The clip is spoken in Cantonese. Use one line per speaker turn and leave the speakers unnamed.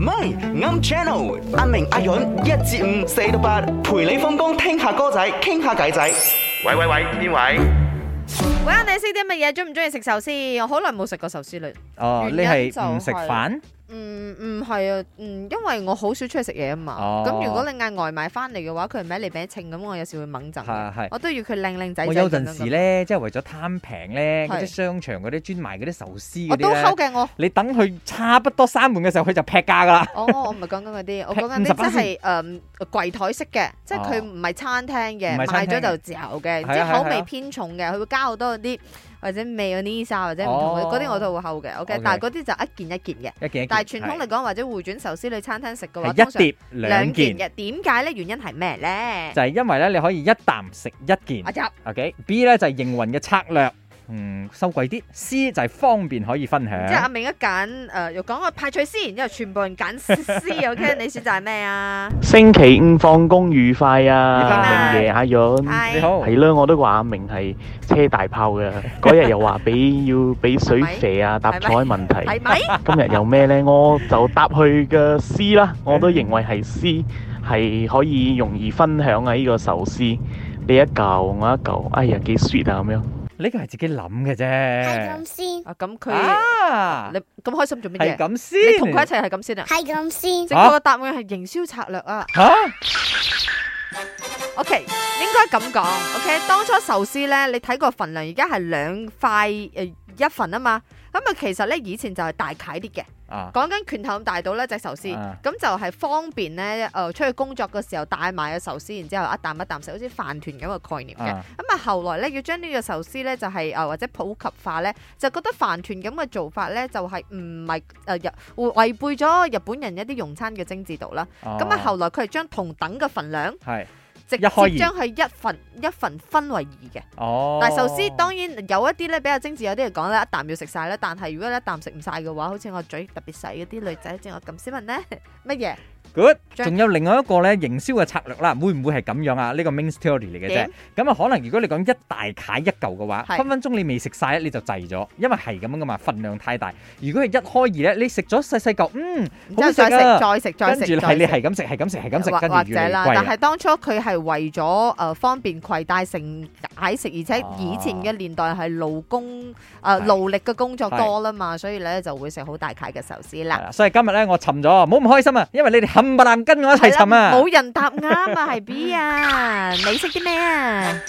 咪啱 channel，阿明阿允一至五四到八，陪你放工聽下歌仔，傾下偈仔。喂喂喂，邊位？
喂，你識啲乜嘢？中唔中意食壽司？我好耐冇食過壽司嘞。
哦，你
原因
係
就
唔食
係
飯？
嗯，唔係啊，嗯，因為我好少出去食嘢啊嘛。
哦
咁、如果你嗌外賣翻嚟嘅話，佢唔係嚟俾稱咁，我有時會掹陣嘅。
係係。
我都要佢靚靚仔仔
我
咁樣。
有陣時，咧，即係為咗貪平咧，嗰
係
啲商場嗰啲專賣嗰啲壽司
我
嗰
都
啲
睺
咧，
嘅我。
你等佢差不多閂門嘅時候，佢就劈價 噶啦。
我哦我唔係講緊嗰 啲，我講緊
50%
啲即係誒櫃台式嘅，即係佢
哦
唔係餐廳嘅，
唔係
賣
餐廳
咗
嘅
就嚼嘅，
係啊
即
係
係
啊
口味偏重嘅，佢會加好多嗰啲或者味嗰啲沙或者唔同嘅
哦
嗰啲我都會睺嘅，OK，
OK
但係嗰啲就一件一件嘅。
一件一件。
但係傳統嚟講或者回轉壽司你餐廳食嘅話，通
係係一
常
碟兩件，
嘅，點解咧？原因係咩咧？
就係啊因為咧你可以一啖食一件
阿。入
OK。B 咧就係營運嘅策略，嗯，收貴啲。C 就係方便可以分享。
即係阿明一揀誒，又講我派趣先，然之後全部人揀 C，OK？你選擇係咩啊？
星期五放工愉快啊！
愉快哦
明爺阿允，
係
嗯你好，
係咯，我都話阿明係車大炮嘅。嗰日又話俾要俾水肥啊，答彩問題。
係咪？
今日又咩呢？我就答佢嘅 C
嗯
啦，我都認為係 C 係可以容易分享啊！呢個壽司，你一嚿我一嚿，哎呀幾 sweet 啊咁樣。
呢個係自己諗嘅
係
啫。
咁先，
啊咁佢
啊
你，咁開心做乜嘢？
係咁先。
你同佢一齊係咁先啊！
係咁先，
正確嘅答案係營銷策略啊。
嚇？
OK，應該咁講。OK，當初壽司咧，你睇個份量，而家係兩塊誒一份啊嘛。咁啊，其實咧以前就係大楷啲嘅，
啊，
講緊拳頭咁大到咧隻壽司，咁、
啊
就係方便咧誒、呃出去工作嘅時候帶埋嘅壽司，然之後一啖一啖食，好似飯團咁嘅概念嘅。
啊
咁啊，後來咧要將呢個壽司咧就係、呃或者普及化咧，就覺得飯團咁嘅做法咧就係唔係誒日會違背咗日本人一啲用餐嘅精緻度啦。咁啊、
哦
後來佢係將同等嘅份量。
係
直
一開
接
二
將佢一份一份分為二嘅。
哦。
但係壽司當然有一啲咧比較精緻，有啲人講咧一啖要食晒啦。但係如果你一啖食唔晒嘅話，好似我嘴特別細嗰啲女仔，好似我咁斯文咧， 乜嘢
Good，
將
仲有另外一個咧營銷嘅策略啦，會唔會係咁樣啊？呢個 main theory 嚟嘅啫
點。
咁啊，可能如果你講一大塊一嚿嘅話，
係
分分鐘你未食晒你就滯咗，因為係咁樣噶嘛，份量太大。如果係一開二咧，你食咗細細嚿，嗯，
然之
好
後
食
再
啊。
食、再
跟
食、
住
再食，
係你
再食。
係咁食，係咁食，係咁食，
或
跟
或
住越
者
嚟越
啦，
貴啊
但係當初佢係為咗誒、呃方便攜帶成解食，而且以前嘅年代係勞工誒、呃、
哦係
勞力嘅工作多啦嘛，所以咧就會食好大塊嘅壽司啦
係。啦所以今日咧我沉咗，唔好唔開心啊，因為你哋冚唪唥跟我一齊
係啦
沉啊。
冇人答啱啊，係 B 啊，你識啲咩啊？